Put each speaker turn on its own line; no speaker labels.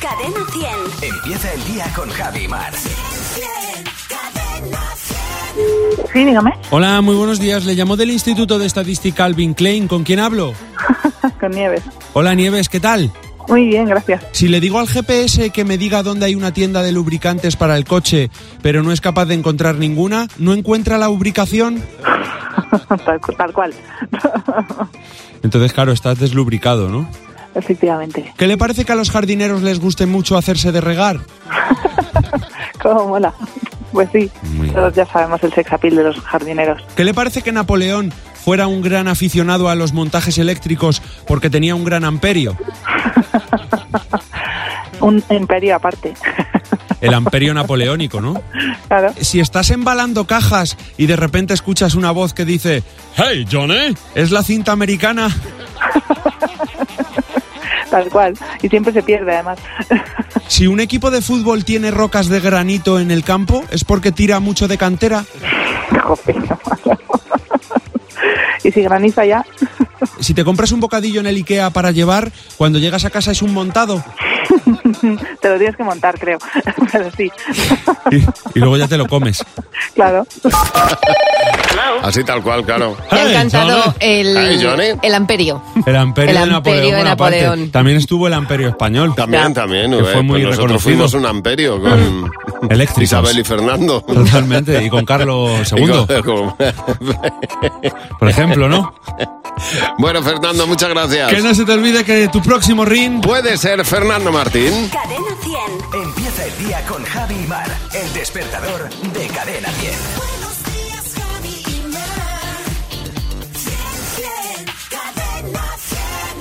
Cadena 100.
Empieza el día con Javi Mar.
Sí, dígame,
Hola, muy buenos días. Le llamo del Instituto de Estadística Alvin Klein. ¿Con quién hablo?
con Nieves.
Hola, Nieves, ¿qué tal?
Muy bien, gracias.
Si le digo al GPS que me diga dónde hay una tienda de lubricantes para el coche, pero no es capaz de encontrar ninguna, ¿no encuentra la ubicación?
tal, cu- tal cual.
Entonces, claro, estás deslubricado, ¿no?
Efectivamente.
¿Qué le parece que a los jardineros les guste mucho hacerse de regar?
¿Cómo mola? Pues sí,
Muy bien.
todos ya sabemos el sex appeal de los jardineros.
¿Qué le parece que Napoleón fuera un gran aficionado a los montajes eléctricos porque tenía un gran amperio?
Un imperio aparte.
El amperio napoleónico, ¿no?
claro.
Si estás embalando cajas y de repente escuchas una voz que dice, Hey, Johnny, es la cinta americana.
Tal cual. Y siempre se pierde, además.
Si un equipo de fútbol tiene rocas de granito en el campo, es porque tira mucho de cantera.
Joder, no. y si graniza ya,
Si te compras un bocadillo en el Ikea para llevar, cuando llegas a casa es un montado.
te lo tienes que montar, creo. Pero sí,
Y, y luego ya te lo comes.
claro.
Así tal cual, claro.
Te ha
Hey,
encantado
Johnny.
el,
Hey, Johnny.
el amperio.
El amperio,
El
de
amperio
Napoleón.
de
bueno, aparte,
Napoleón.
también estuvo el amperio español.
También, también.
Que
eh,
fue muy
pues nosotros
reconocido.
fuimos un amperio con
Eléctricos.
Isabel y Fernando.
Totalmente. Y con Carlos
Y
II,
con-
por ejemplo, ¿no?
bueno, Fernando, muchas gracias.
Que no se te olvide que tu próximo ring
Puede ser Fernando Martín.
Cadena 100.
Empieza el día con Javi Mar. El despertador de Cadena 10.
Buenos días, Javi y Mar. Bien, bien, cadena